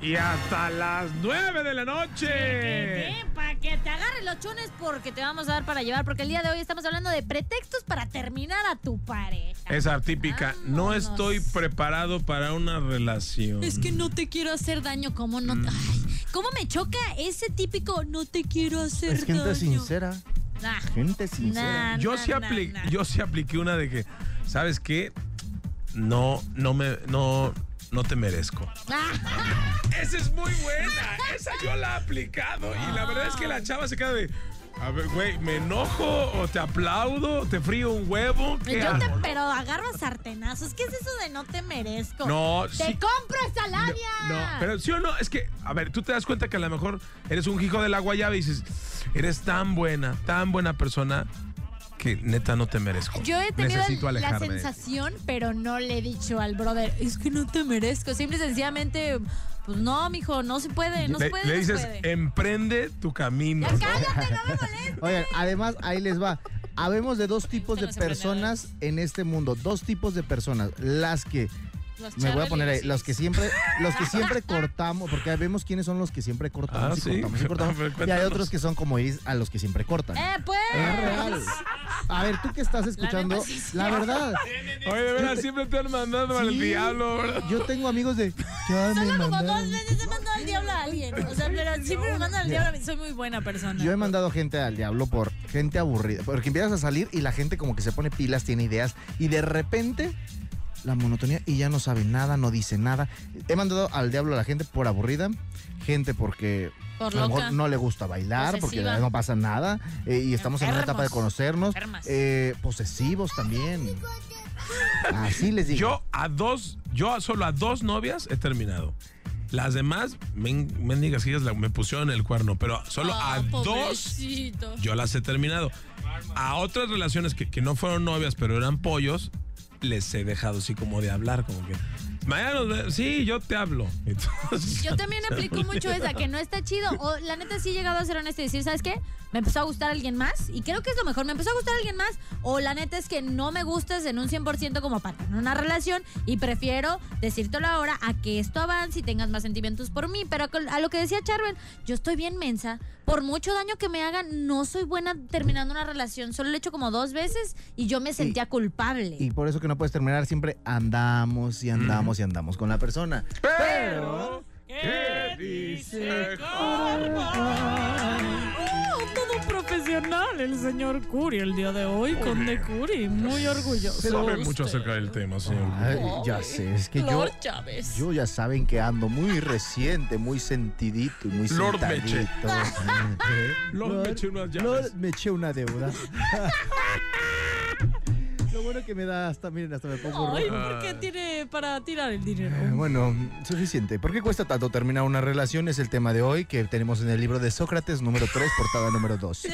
Y hasta las 9 de la noche. Para que te agarres los chunes porque te vamos a dar para llevar, porque el día de hoy estamos hablando de pretextos para terminar a tu pareja. Esa típica. No Ah, Vámonos. estoy preparado para una relación. Es que no te quiero hacer daño, como no Mm. te... Ay, ¿Cómo me choca ese típico no te quiero hacer Es gente daño? sincera, Nah, gente sincera. Ah. nah, Yo nah, sí, nah, apli- nah. yo sí apliqué una de que, ¿sabes qué? No, no me, no, no te merezco. Ah, Esa es muy buena. Esa yo la he aplicado. Y la verdad es que la chava se queda de. A ver, güey, ¿me enojo o te aplaudo? o ¿Te frío un huevo? ¿Qué yo te, hago? pero agarro a sartenazos. ¿Qué es eso de no te merezco? No, ¡Te sí. compro esa labia! No, pero sí o no, es que, a ver, tú te das cuenta que a lo mejor eres un hijo de la guayaba y dices, eres tan buena, tan buena persona que neta no te merezco. Yo he tenido Necesito el- la alejarme. de ti". sensación, pero no le he dicho al brother, es que no te merezco. Simple y sencillamente, pues no, mijo, no se puede, no se le, puede. le no se dices, puede. emprende tu camino. Ya cállate, no me molestes. Oigan, además, ahí les va. Habemos de dos tipos de Son los emprendedores. personas en este mundo, dos tipos de personas, las que Los me voy a Charlie poner ahí, García. los que siempre, los que siempre cortamos, porque vemos quiénes son los que siempre cortamos, Ah, y sí. cortamos, y cortamos. A ver, y hay cuéntanos. otros que son como Iris a los que siempre cortan. Eh, pues. Es real. A ver, tú que estás escuchando, neta sí es la cierto. verdad, Oye, de verdad, siempre te han mandado al Sí. diablo, ¿verdad? yo tengo amigos de. ya me Solo como mandaron. dos veces he mandado al diablo a alguien. O sea, pero siempre me mandan al diablo a mí. Soy muy buena persona. Yo he mandado gente al diablo por gente aburrida. Porque empiezas a salir y la gente como que se pone pilas, tiene ideas. Y de repente la monotonía y ya no sabe nada, no dice nada. He mandado al diablo a la gente por aburrida. Gente porque Por a lo loca. mejor no le gusta bailar, porque Posesiva. no pasa nada. eh, y estamos en una Enfermos. etapa de conocernos. Enfermas. eh, posesivos también. Así les digo. Yo a dos, yo a solo a dos novias he terminado. Las demás, men- mendigas que ellas la- me pusieron el cuerno, pero solo a Ah, dos pobrecito. yo las he terminado. A otras relaciones que, que no fueron novias, pero eran pollos, les he dejado así como de hablar, como que. Mañana nos ve- sí, yo te hablo. Entonces, Yo también aplico mucho esa, que no está chido. O la neta sí he llegado a ser honesta y decir, ¿sabes qué? Me empezó a gustar alguien más y creo que es lo mejor. Me empezó a gustar alguien más o la neta es que no me gustas en un 100% como para tener una relación y prefiero decírtelo ahora a que esto avance y tengas más sentimientos por mí. Pero con- a lo que decía Charvel, yo estoy bien mensa. Por mucho daño que me hagan, no soy buena terminando una relación. Solo lo he hecho como dos veces y yo me sentía culpable. Y por eso que no puedes terminar, siempre andamos y andamos y andamos con la persona. Pero. ¿Qué dice Oh, todo un profesional, el señor Curi, el día de hoy, con De Curi, muy orgulloso. Sabe mucho acerca del tema, señor. Ay, ya sé, es que yo, Lord Chávez. yo ya saben que ando muy reciente, muy sentidito y muy Lord sentadito. Meche. ¿Eh? Lord Meche unas llaves. Lord me eché una deuda. Lo bueno que me da hasta, miren, hasta me pongo Ay, rojo. ¿por qué tiene para tirar el dinero? Eh, Bueno, suficiente. ¿Por qué cuesta tanto terminar una relación? Es el tema de hoy que tenemos en el libro de Sócrates, número 3, portada número 2.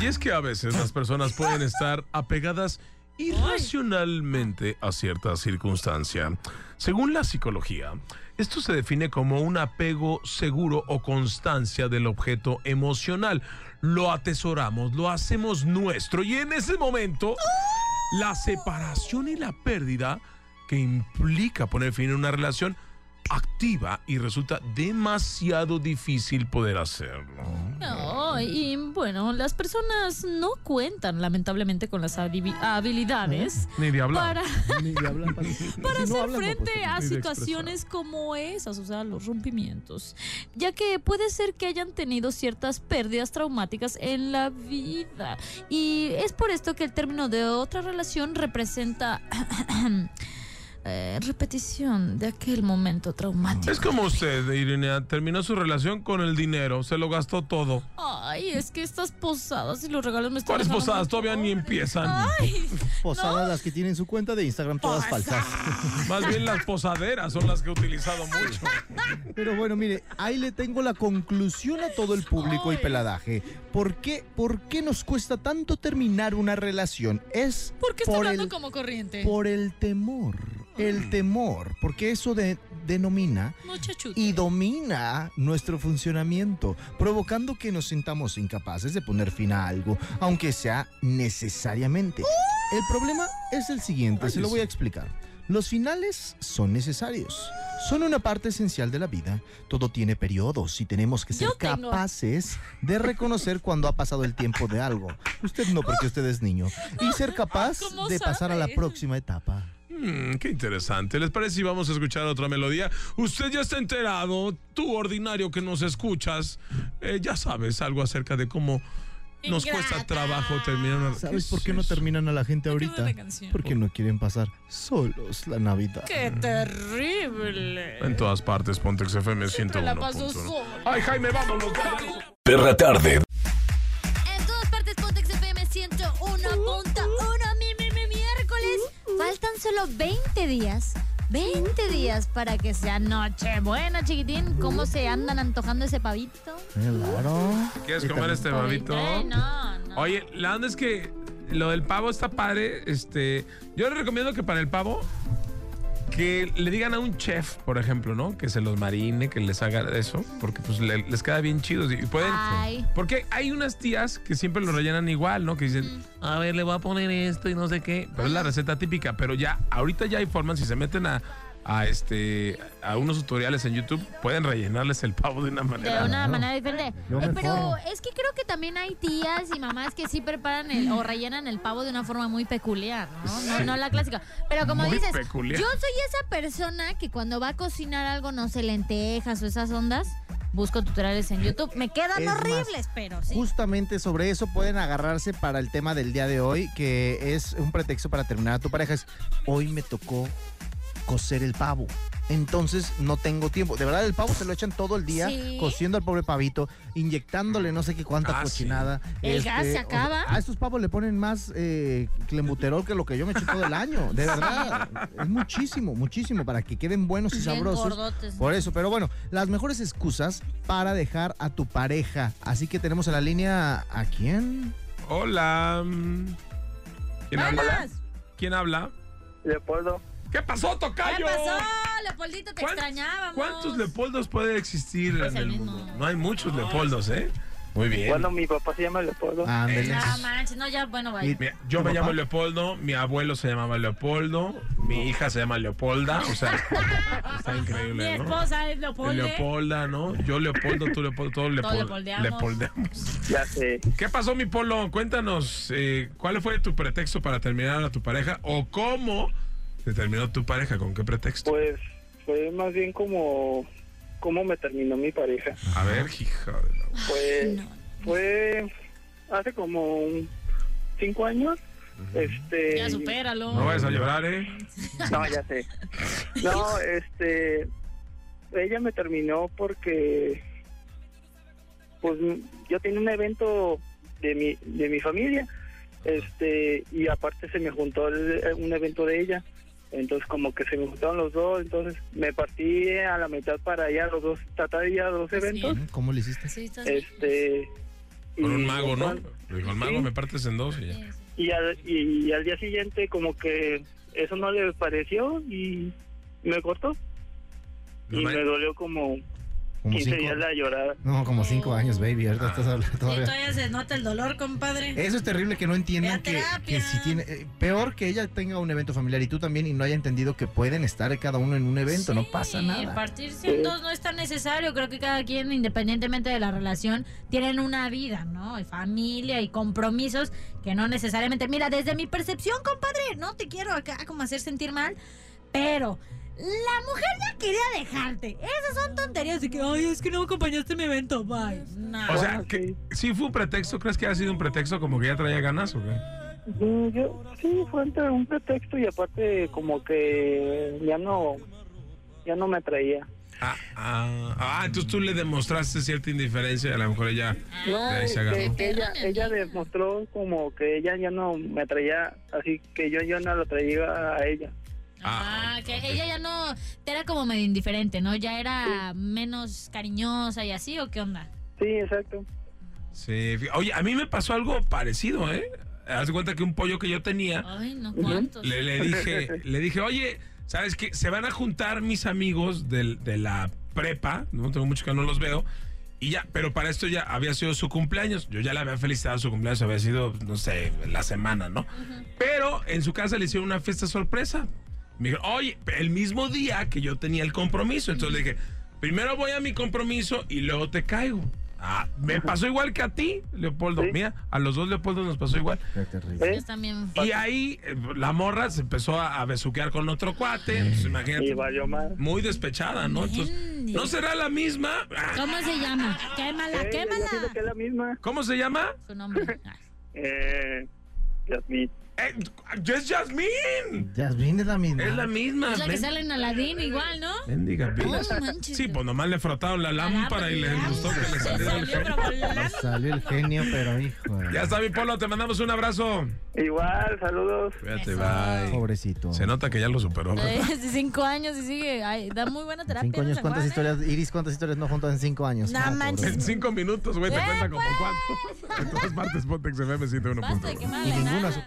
Y es que a veces las personas pueden estar apegadas irracionalmente a cierta circunstancia. Según la psicología, esto se define como un apego seguro o constancia del objeto emocional. Lo atesoramos, lo hacemos nuestro y en ese momento la separación y la pérdida que implica poner fin a una relación activa y resulta demasiado difícil poder hacerlo. No, y bueno, las personas no cuentan lamentablemente con las adivi- habilidades Ni de hablar. para, Ni de hablar, para para si no hacer hablas, no, pues, frente a ni de situaciones como esas, o sea, los rompimientos, ya que puede ser que hayan tenido ciertas pérdidas traumáticas en la vida. Y es por esto que el término de otra relación representa eh, repetición de aquel momento traumático. Es como usted, Irina, terminó su relación con el dinero, se lo gastó todo. Ay, es que estas posadas y los regalos me están ¿Cuáles dejando posadas muy todavía ni empiezan? Ay, Posadas las que tienen su cuenta de Instagram, todas falsas. Más bien las posaderas son las que he utilizado mucho. Pero bueno, mire, ahí le tengo la conclusión a todo el público y peladaje. ¿Por qué, por qué nos cuesta tanto terminar una relación? Es ¿por qué está por hablando el- como corriente? Mm. por el temor. El temor, porque eso de- denomina No chachuta. y domina nuestro funcionamiento, provocando que nos sintamos incapaces de poner fin a algo, aunque sea necesariamente. El problema es el siguiente, se lo voy a explicar. Los finales son necesarios. Son una parte esencial de la vida. Todo tiene periodos y tenemos que ser Yo tengo. capaces de reconocer cuando ha pasado el tiempo de algo. Usted no, porque usted es niño. Y ser capaz ¿Cómo de pasar a la sabe? próxima etapa. Mm, qué interesante. ¿Les parece si vamos a escuchar otra melodía? Usted ya está enterado, tú ordinario que nos escuchas, eh, ya sabes algo acerca de cómo nos Ingrata. cuesta trabajo terminar una ¿Sabes ¿Qué por es qué no eso? terminan a la gente Qué ahorita? buena canción. Porque no quieren pasar solos la Navidad. ¡Qué terrible! En todas partes, Pontex FM Siempre la paso 101.1. sola. Ay, Jaime, vámonos, vámonos. Perra tarde. En todas partes, Pontex FM Uh, 101.1. Mi, mi, mi, miércoles. Faltan solo 20 días. 20 días para que sea Nochebuena, chiquitín. ¿Cómo se andan antojando ese pavito? Claro. ¿Quieres comer este babito? Ay, No, no. Oye, la onda es que lo del pavo está padre. Este, yo les recomiendo que para el pavo que le digan a un chef, por ejemplo, ¿no? Que se los marine, que les haga eso, porque pues le- les queda bien chido y pueden. Ay. Porque hay unas tías que siempre lo rellenan igual, ¿no? Que dicen, a ver, le voy a poner esto y no sé qué. Pero es la receta típica. Pero ya, ahorita ya hay formas, si se meten a, a este, a unos tutoriales en YouTube, pueden rellenarles el pavo de una manera. De una manera diferente. Yo Eh, me pero formo. es que creo que también hay tías y mamás que sí preparan el, o rellenan el pavo de una forma muy peculiar, ¿no? No, Sí. no la clásica. Pero como Muy dices, peculiar. yo soy esa persona que cuando va a cocinar algo, no sé, lentejas o esas ondas, busco tutoriales en YouTube. Me quedan Es más, horribles, pero sí. Justamente sobre eso pueden agarrarse para el tema del día de hoy, que es un pretexto para terminar a tu pareja. Es hoy me tocó cocer el pavo. Entonces no tengo tiempo. De verdad, el pavo se lo echan todo el día Sí. cociendo al pobre pavito, inyectándole no sé qué cuánta Ah, sí. cochinada. Este, El gas se o sea, acaba. a estos pavos le ponen más eh, clembuterol que lo que yo me eché todo el año. De verdad. Es muchísimo, muchísimo para que queden buenos y Bien sabrosos. gordotes. Por eso, pero bueno, las mejores excusas para dejar a tu pareja. Así que tenemos en la línea a quién? Hola. ¿Quién habla? ¡Buenas! ¿Quién habla? Leopoldo, ¿Qué pasó, ¿Qué Tocayo? pasó, Leopoldito? Te ¿Cuán- extrañábamos. ¿Cuántos Leopoldos puede existir Pues en el el mismo. mundo? No hay muchos Leopoldos, ¿eh? Muy bien. bueno, mi papá se llama Leopoldo. Ándele. No manches, no, ya, bueno, vaya. Mira, yo ¿Tu me papá? llamo Leopoldo, mi abuelo se llamaba Leopoldo, mi hija se llama Leopolda, o sea, está Mi increíble, ¿no? esposa es Leopoldo. Leopolda, ¿no? Yo Leopoldo, tú Leopoldo, todos Leopoldo. Leopoldeamos. Leopoldeamos. Ya sé. ¿Qué pasó, mi Polo? Cuéntanos, eh, ¿cuál fue tu pretexto para terminar a tu pareja o cómo te terminó tu pareja? ¿Con qué pretexto? Pues fue más bien como cómo me terminó mi pareja. A ver, hija de la... Pues fue hace como un- cinco años. Este. Ya supéralo. No vayas a llorar, ¿eh? No, ya sé. No, este. Ella me terminó porque. Pues yo tenía un evento de mi, de mi familia. Este. Y aparte se me juntó el- un evento de ella. Entonces, como que se me juntaron los dos. Entonces, me partí a la mitad para allá los dos. Tratar ya los eventos. ¿Eh? ¿Cómo le hiciste? Sí, estás bien. Este. Con y- un mago, ¿no? Le dijo, el mago Sí. me partes en dos y ya. y al, y al día siguiente como que eso no le pareció y me cortó No, y no hay- me dolió como Como 15 cinco. días la llorada. No, como cinco años, baby. Ahorita estás Ah. hablando Y todavía. todavía se nota el dolor, compadre. Eso es terrible que no entiendan Ve a que, terapia. que si tiene. eh, peor que ella tenga un evento familiar y tú también y no haya entendido que pueden estar cada uno en un evento. no pasa Sí, nada. Partirse en dos no es tan necesario. Creo que cada quien, independientemente de la relación, tienen una vida, ¿no? Y familia y compromisos que no necesariamente. Mira, desde mi percepción, compadre, no te quiero acá como hacer sentir mal, pero. La mujer ya quería dejarte. Esas son tonterías de que, ay, es que no acompañaste mi evento. Bye. No. ah, O sea, que si fue un pretexto, ¿crees que ha sido un pretexto como que ya traía ganas o qué? Mm, Yo, sí, fue entre un pretexto y aparte como que ya no, ya no me atraía. Ah, ah, ah, entonces tú le demostraste cierta indiferencia y a lo mejor ella No, de ahí se este, agarró. ella, ella demostró como que ella ya no me atraía, así que yo ya no la atraía a ella. Ah, Ah, que ella ya no era como medio indiferente, ¿no? Ya era menos cariñosa y así, ¿o qué onda? Sí, exacto. sí. fí- Oye, a mí me pasó algo parecido, ¿eh? Haz de cuenta que un pollo que yo tenía, Ay, no, ¿cuántos? le, le dije, le dije, oye, ¿sabes qué? Se van a juntar mis amigos del- de la prepa, no tengo mucho que no los veo, y ya, pero para esto ya había sido su cumpleaños, yo ya le había felicitado su cumpleaños, había sido, no sé, la semana, ¿no? Pero en su casa le hicieron una fiesta sorpresa. Me dijeron, oye, el mismo día que yo tenía el compromiso, entonces le dije, primero voy a mi compromiso y luego te caigo. Ah, me pasó igual que a ti, Leopoldo. Sí. Mira, a los dos Leopoldo nos pasó igual. Qué terrible. ¿Eh? Ellos también. Y ahí eh, la morra se empezó a, a besuquear con otro cuate. Pues, Y imagínate, valió más. muy despechada, ¿no? Entonces, Bien. ¿no será la misma? Ah, ¿Cómo se llama? Quémala, Eh, yo siento que es quémala. la misma. ¿Cómo se llama? Su nombre. Ah. Eh, Yasmín. Eh, ¡Es Jasmine! Yasmín es la misma. Es la misma. Es la que Ben- sale en Aladín igual, ¿no? Bendiga, vida. No manches. Sí, pues nomás le frotaron la lámpara y le gustó que le Se saliera el salió, genio. pero Le volando. salió el genio, pero hijo. de- Ya está, mi Polo, te mandamos un abrazo. Igual, saludos. Cuídate, Beso. bye. Pobrecito. Se nota que ya lo superó. ¿verdad? Hace cinco años y sigue. Ay, da muy buena terapia. Cinco años, San Juan, ¿cuántas ¿eh? historias? Iris, ¿cuántas historias no juntas en cinco años? No Ah, pobre. manches. En cinco minutos, güey, te ¡Eh, cuenta como pues! cuatro. En todas partes, Pontex FM 101.1. Basta de quemar la ninguna enana. su-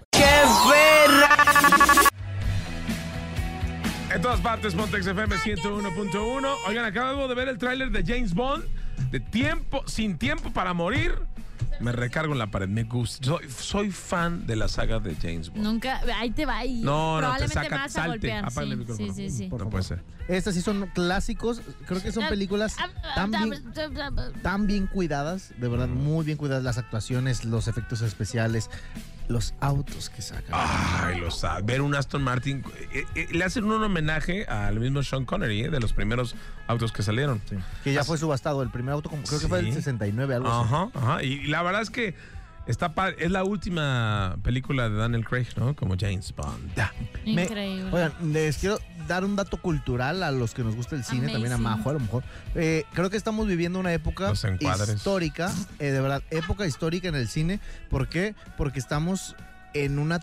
En todas partes, Pontex FM 101.1. Oigan, acabo de ver el tráiler de James Bond de Tiempo, Sin Tiempo para Morir. Me recargo en la pared, me gusta. Soy, soy fan de la saga de James Bond. Nunca, ahí te va y No, no, te probablemente me saca, vas a salte. golpear. Apágale el Sí, sí, micrófono. sí, sí. Por No favor. puede ser. Estas sí son clásicos. Creo que son Ah, películas tan bien, tan bien cuidadas, de verdad, muy bien cuidadas. Las actuaciones, los efectos especiales, los autos que sacan. Ah. Ay, lo sabe. Ver un Aston Martin. eh, eh, le hacen un homenaje al mismo Sean Connery, eh, de los primeros autos que salieron. Sí. Que ya fue subastado. El primer auto, como, creo que fue Sí. el 69, algo así. Ajá, ajá. Y la verdad es que está padre. Es la última película de Daniel Craig, ¿no? Como James Bond. Me- Increíble. Oigan, les quiero dar un dato cultural a los que nos gusta el cine, también a Amazing. Majo a lo mejor. Eh, creo que estamos viviendo una época Los encuadres. histórica, eh, de verdad, época histórica en el cine. ¿Por qué? Porque estamos en una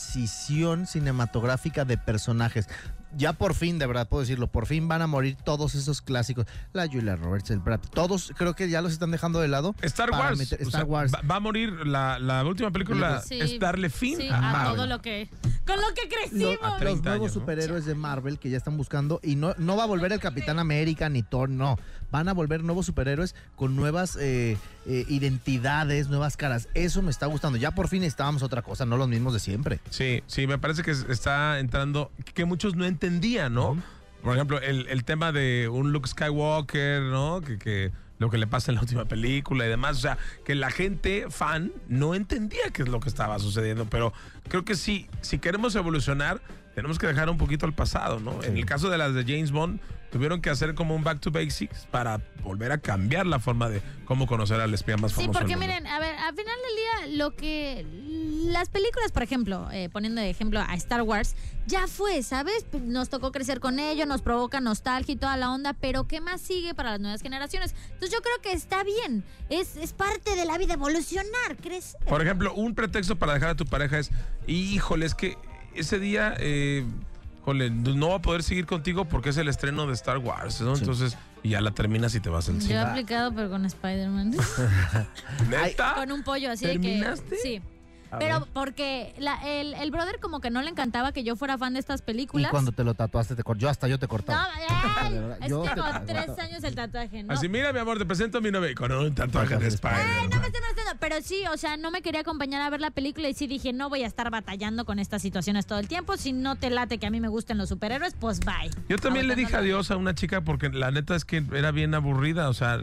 transición cinematográfica de personajes. Ya por fin, de verdad puedo decirlo, por fin van a morir todos esos clásicos. La Julia Roberts, el Brad, Pitt, todos creo que ya los están dejando de lado. Star para Wars. meter- o Star sea, Wars. Va, va a morir la, la última película. Sí. Es darle fin Sí, a, a Marvel. todo lo que. Con lo que los, crecimos. A 30 los nuevos años, ¿no? superhéroes de Marvel que ya están buscando y no, no va a volver el Capitán América ni Thor, no. Van a volver nuevos superhéroes con nuevas eh, eh, identidades, nuevas caras. Eso me está gustando. Ya por fin estábamos otra cosa, no los mismos de siempre. Sí, sí, me parece que es- está entrando, que muchos no entendían, ¿no? Por ejemplo, el, el tema de un Luke Skywalker, ¿no? Que, que lo que le pasa en la última película y demás, o sea, que la gente fan no entendía qué es lo que estaba sucediendo, pero creo que sí, si queremos evolucionar, tenemos que dejar un poquito al pasado, ¿no? En el caso de las de James Bond, tuvieron que hacer como un back to basics para volver a cambiar la forma de cómo conocer al espía más Sí, famoso. porque del mundo. miren, a ver, al final del día, lo que. Las películas, por ejemplo, eh, poniendo de ejemplo a Star Wars, ya fue, ¿sabes? P- Nos tocó crecer con ello, nos provoca nostalgia y toda la onda, pero ¿qué más sigue para las nuevas generaciones? Entonces yo creo que está bien, es, es parte de la vida, evolucionar, crecer. Por ejemplo, un pretexto para dejar a tu pareja es, híjole, es que ese día, eh, jole, no va a poder seguir contigo porque es el estreno de Star Wars, ¿no? Entonces, y ya la terminas y te vas al Yo he cine. aplicado, pero con Spider-Man. ¿Neta? con un pollo, así de ¿Terminaste? que. Sí. Pero porque la- el, el brother como que no le encantaba que yo fuera fan de estas Y películas. cuando te lo tatuaste, te cor- yo hasta yo te No, cortaba. ay, De verdad, es yo que te- con tres años el tatuaje, ¿no? Así, mira, mi amor, te presento a mi novia con un tatuaje de Spider. No me estoy molestando, Pero sí, o sea, no me quería acompañar a ver la película y sí dije, no voy a estar batallando con estas situaciones todo el tiempo. Si no te late que a mí me gusten los superhéroes, pues bye. Yo también le Ahorita dije no lo- adiós a una chica porque la neta es que era bien aburrida, o sea,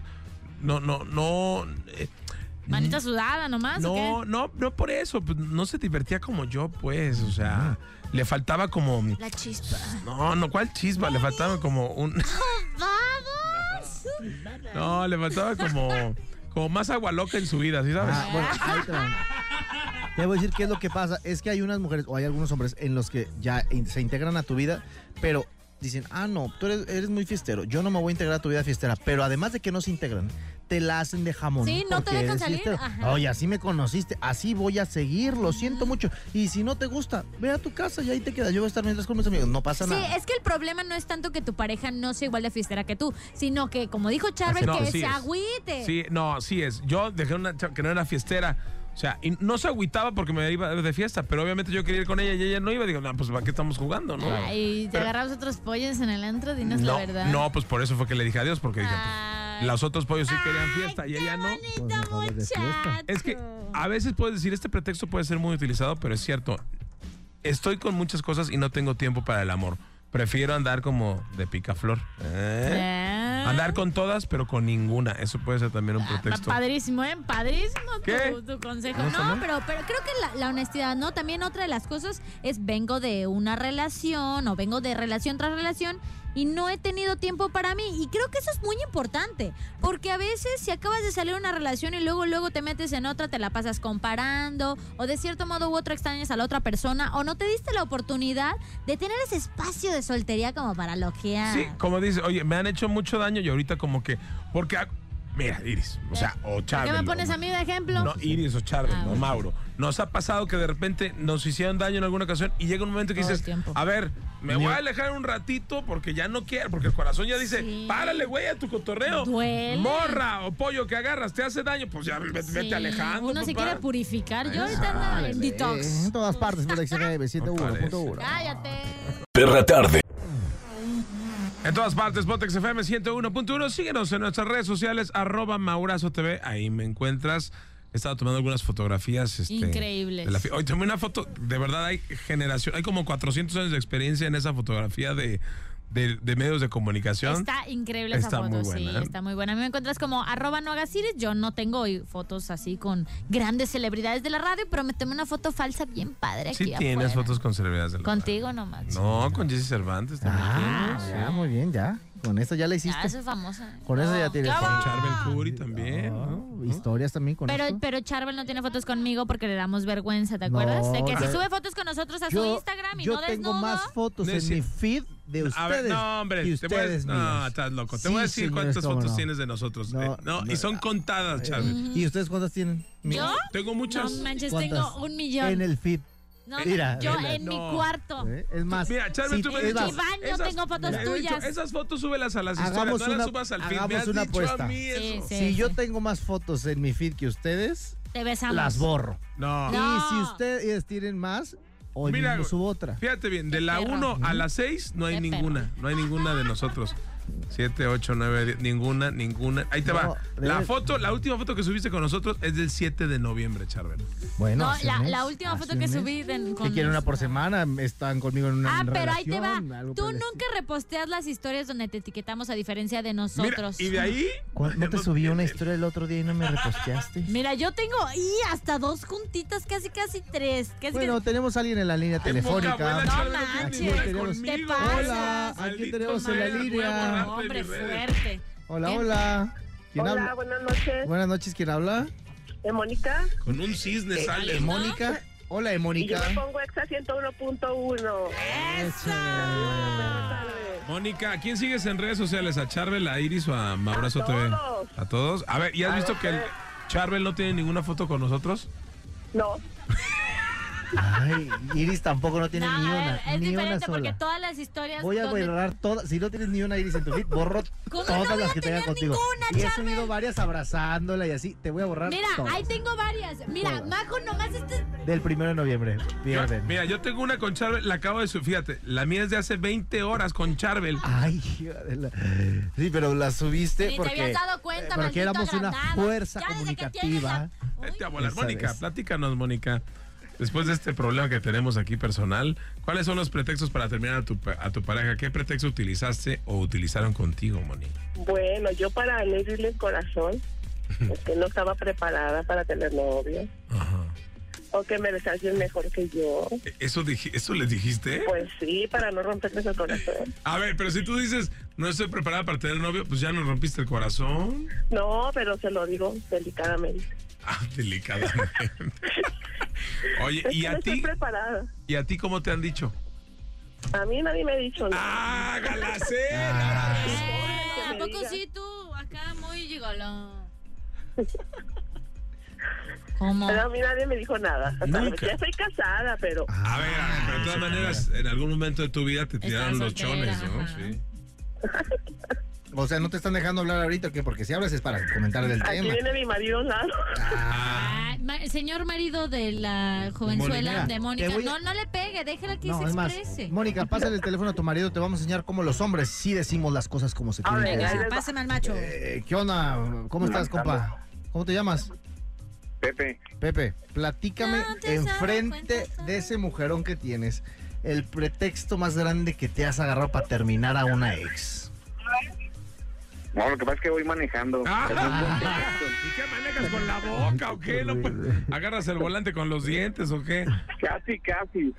no, no, no... eh, Manita sudada nomás. ¿o ¿Ah, qué? No, no, no por eso. pues, No se divertía como yo, pues. O sea, le faltaba como. La chispa. No, no, ¿cuál chispa? Le faltaba como un. ¡Vamos! No, le faltaba como. Como más agua loca en su vida, ¿sí sabes? Ah, bueno, ahí te va. Te voy a decir qué es lo que pasa. Es que hay unas mujeres o hay algunos hombres en los que ya in- se integran a tu vida, pero dicen, ah, no, tú eres, eres muy fiestero. Yo no me voy a integrar a tu vida fiestera. Pero además de que no se integran, te la hacen de jamón. Sí, no te porque dejan eres salir, fiestero. ajá. Oye, así me conociste. Así voy a seguir. Lo siento mucho. Y si no te gusta, ve a tu casa y ahí te quedas. Yo voy a estar mientras con mis amigos. No pasa Sí, nada. es que el problema no es tanto que tu pareja no sea igual de fiestera que tú, sino que, como dijo Charbel, No, Ah, que sí se es. agüite. Sí, no, así es. Yo dejé una chava que no era fiestera. O sea, y no se agüitaba porque me iba de fiesta, pero obviamente yo quería ir con ella y ella no iba. Digo, no, pues ¿para qué estamos jugando, no? Ay, te agarramos otros pollos en el antro, dinos no, la verdad. no, pues por eso fue que le dije adiós, porque dije, pues, Ay, los otros pollos sí querían fiesta y ella no. Pues mejor de fiesta. Es que Ah. a veces puedes decir, este pretexto puede ser muy utilizado, pero es cierto. Estoy con muchas cosas y no tengo tiempo para el amor. Prefiero andar como de picaflor. ¿Eh? Ah, Andar con todas, pero con ninguna. Eso puede ser también un pa- pretexto. Padrísimo, ¿eh? Padrísimo tu- ¿Qué? Tu, consejo. No, No, No, pero, pero creo que la, la honestidad, ¿no? También otra de las cosas es vengo de una relación o vengo de relación tras relación y no he tenido tiempo para mí. Y creo que eso es muy importante, porque a veces si acabas de salir de una relación y luego luego te metes en otra, te la pasas comparando o de cierto modo u otro extrañas a la otra persona o no te diste la oportunidad de tener ese espacio de soltería como para loquear. Sí, como dice, oye, me han hecho mucho daño y ahorita como que, porque, ah, mira, Iris, o sea, o Eh. ¿Por Charbel. qué me o- pones a mí de ejemplo? No, Iris o Charbel, Ah, no bueno. Mauro. Nos ha pasado que de repente nos hicieron daño en alguna ocasión y llega un momento que Todo el dices, tiempo. a ver, me voy a alejar un ratito porque ya no quiero, porque el corazón ya dice, Sí. párale, güey, a tu cotorreo. Duele. Morra o pollo que agarras, te hace daño, pues ya vete, vete Sí, alejando. pues, Uno se papá. quiere purificar. Yo ahorita ando en Eh, detox. En todas partes, por la XFM 101.1. Cállate. Perra tarde. En todas partes, Botex FM 101.1. Síguenos en nuestras redes sociales, arroba Maurazo TV. Ahí me encuentras. He estado tomando algunas fotografías. este, Increíbles. de la fi- Hoy tomé una foto, de verdad hay generación, hay como 400 años de experiencia en esa fotografía de, de- de medios de comunicación. Está increíble Está esa foto, muy sí, buena, ¿eh? está muy buena. A mí me encuentras como arroba no hagas iris. Yo no tengo hoy fotos así con grandes celebridades de la radio, pero me tomé una foto falsa bien padre aquí sí tienes afuera. fotos con celebridades de la Contigo nomás. No, con Jesse Cervantes también. Ah, tienes. ya, muy bien, ya. Con eso ya la hiciste. Ah, eso es famosa. Con eso ya tienes. Con Charbel Curry también. Ah, ¿no? Historias también con Pero, esto. pero Charbel no tiene fotos conmigo porque le damos vergüenza, ¿te No, acuerdas? De que yo- si sube fotos con nosotros a su Instagram y yo no tengo desnudo. más fotos en Necio. mi feed de ustedes. A ver, no, hombre, que te voy a- ustedes no, mías. estás loco. Te Sí, voy a decir señores, cuántas cómo fotos no. tienes de nosotros. No, Eh, No, y no, son contadas, Charbel. ¿Y ustedes cuántas tienen? Mías. ¿Yo? Tengo No muchas. manches, ¿Cuántas? tengo un millón. En el feed. No, Mira, yo mira. en No. mi cuarto. ¿eh? Es más, Mira, Charbel, si- tú me es más, dices, Iván, yo tengo fotos Mira, te he dicho, tuyas. esas fotos súbelas a las historias, Hagamos no las una- subas al feed. Me hagamos has una dicho a apuesta. mí eso. Sí, si yo tengo más fotos en mi feed que ustedes, Te besamos. las borro. No. Y No. si ustedes tienen más, hoy Mira, mismo güey. subo otra. Fíjate bien, de la perro. 1 a la 6 no hay Qué ninguna, no hay ninguna de nosotros. 7, 8, 9, 10, ninguna, ninguna. Ahí te No, va. de La ver- foto, la última foto que subiste con nosotros es del 7 de noviembre, Charbel. Bueno, No, hace la, un mes, la última hace foto un que mes. subí de, Que con quieren una por semana, están conmigo en una Ah, relación, pero ahí te va. algo Tú por el nunca reposteas las historias donde te etiquetamos a diferencia de Mira, nosotros. y de ahí ¿Cuál- ¿No te subí una historia el otro día y no me reposteaste? Mira, yo tengo y hasta dos juntitas, casi casi tres. Casi, Bueno, tenemos a alguien en la línea Qué telefónica. poca abuela, Charbel, No que tiene manches, historia te conmigo. pasas. Hola, aquí Maldito tenemos en la maestro, línea. voy a casi- borrarte No, de hombre, mis redes. fuerte. hola, ¿Quién? hola. ¿Quién Hola, habla? buenas noches. Buenas noches, ¿quién habla? Es Mónica. Con un cisne Eh, sale. Mónica. Hola, eh, Y yo Mónica. me pongo Exa 101.1. Eso. Mónica, ¿a quién sigues en redes sociales? ¿A Charbel, a Iris o a Maurazo A TV? todos. A todos. A ver, ¿y has visto que el Charbel no tiene ninguna foto con nosotros? No, Ay, Iris tampoco no tiene No, ni a una. ver, es ni una diferente porque sola. todas las historias. Voy a donde- borrar todas. Si no tienes ni una Iris en tu feed, borro ¿Cómo todas no voy las a que tenga tener contigo. ninguna, y he Charbel? subido varias abrazándola y así. Te voy a borrar Mira, todas. ahí tengo varias. Mira, Todas. Majo nomás este. Del primero de noviembre. Yo- Pierden. mira, yo tengo una con Charbel, la acabo de subir, fíjate, la mía es de hace 20 horas con Charbel. Ay, hija de la- sí, pero la subiste Ni te porque, habías dado cuenta, porque maldito éramos una agrandado. fuerza Ya desde que tienes comunicativa. la- Uy, Vete a volar. Esa Mónica, vez. platícanos, Mónica. Después de este problema que tenemos aquí personal, ¿cuáles son los pretextos para terminar a tu, pa- a tu pareja? ¿Qué pretexto utilizaste o utilizaron contigo, Mónica? bueno, yo para abrirle el corazón, es que no estaba preparada para tener novio, Ajá. o que mereces a alguien mejor que yo. ¿E- ¿Eso, dij- ¿Eso les dijiste? Pues sí, para no romperles el corazón. A ver, pero si tú dices, no estoy preparada para tener novio, pues ya nos rompiste el corazón. No, pero se lo digo delicadamente. Ah, delicadamente. Oye, Es que ¿y no a estoy ti? preparada. ¿Y a ti cómo te han dicho? A mí nadie me ha dicho nada. ¡Ah, Galacena! Ah. Pobre que ¿A me poco diga. sí tú? Acá muy gigolo. ¿Cómo? Pero a mí nadie me dijo nada. Hasta la Ah. Nunca. fecha. Ya estoy casada, pero A ver, a ver, pero de todas maneras, en algún momento de tu vida te tiraron los soltera, chones, ¿no? ajá. Sí. O sea, no te están dejando hablar ahorita, ¿o ¿qué? Porque si hablas es para comentar Ah, del aquí tema. viene mi marido a un lado. Ah, ma- señor marido de la jovenzuela Mónica. de Mónica, Te voy a- no, no le pegue, déjela que No, se es más, exprese. Mónica, pásale el teléfono a tu marido, te vamos a enseñar cómo los hombres sí decimos las cosas como se A tienen ver, que ahí decir. les va. Pásame al macho. Eh, ¿Qué onda? ¿Cómo estás, compa? ¿Cómo te llamas? Pepe, Pepe, platícame No te has dado enfrente cuenta, de ese mujerón que tienes el pretexto más grande que te has agarrado para terminar a una ex. no, lo que pasa es que voy manejando. Ah. ¿Y qué manejas con la boca o qué? No, pues, ¿Agarras el volante con los dientes o qué? Casi, casi.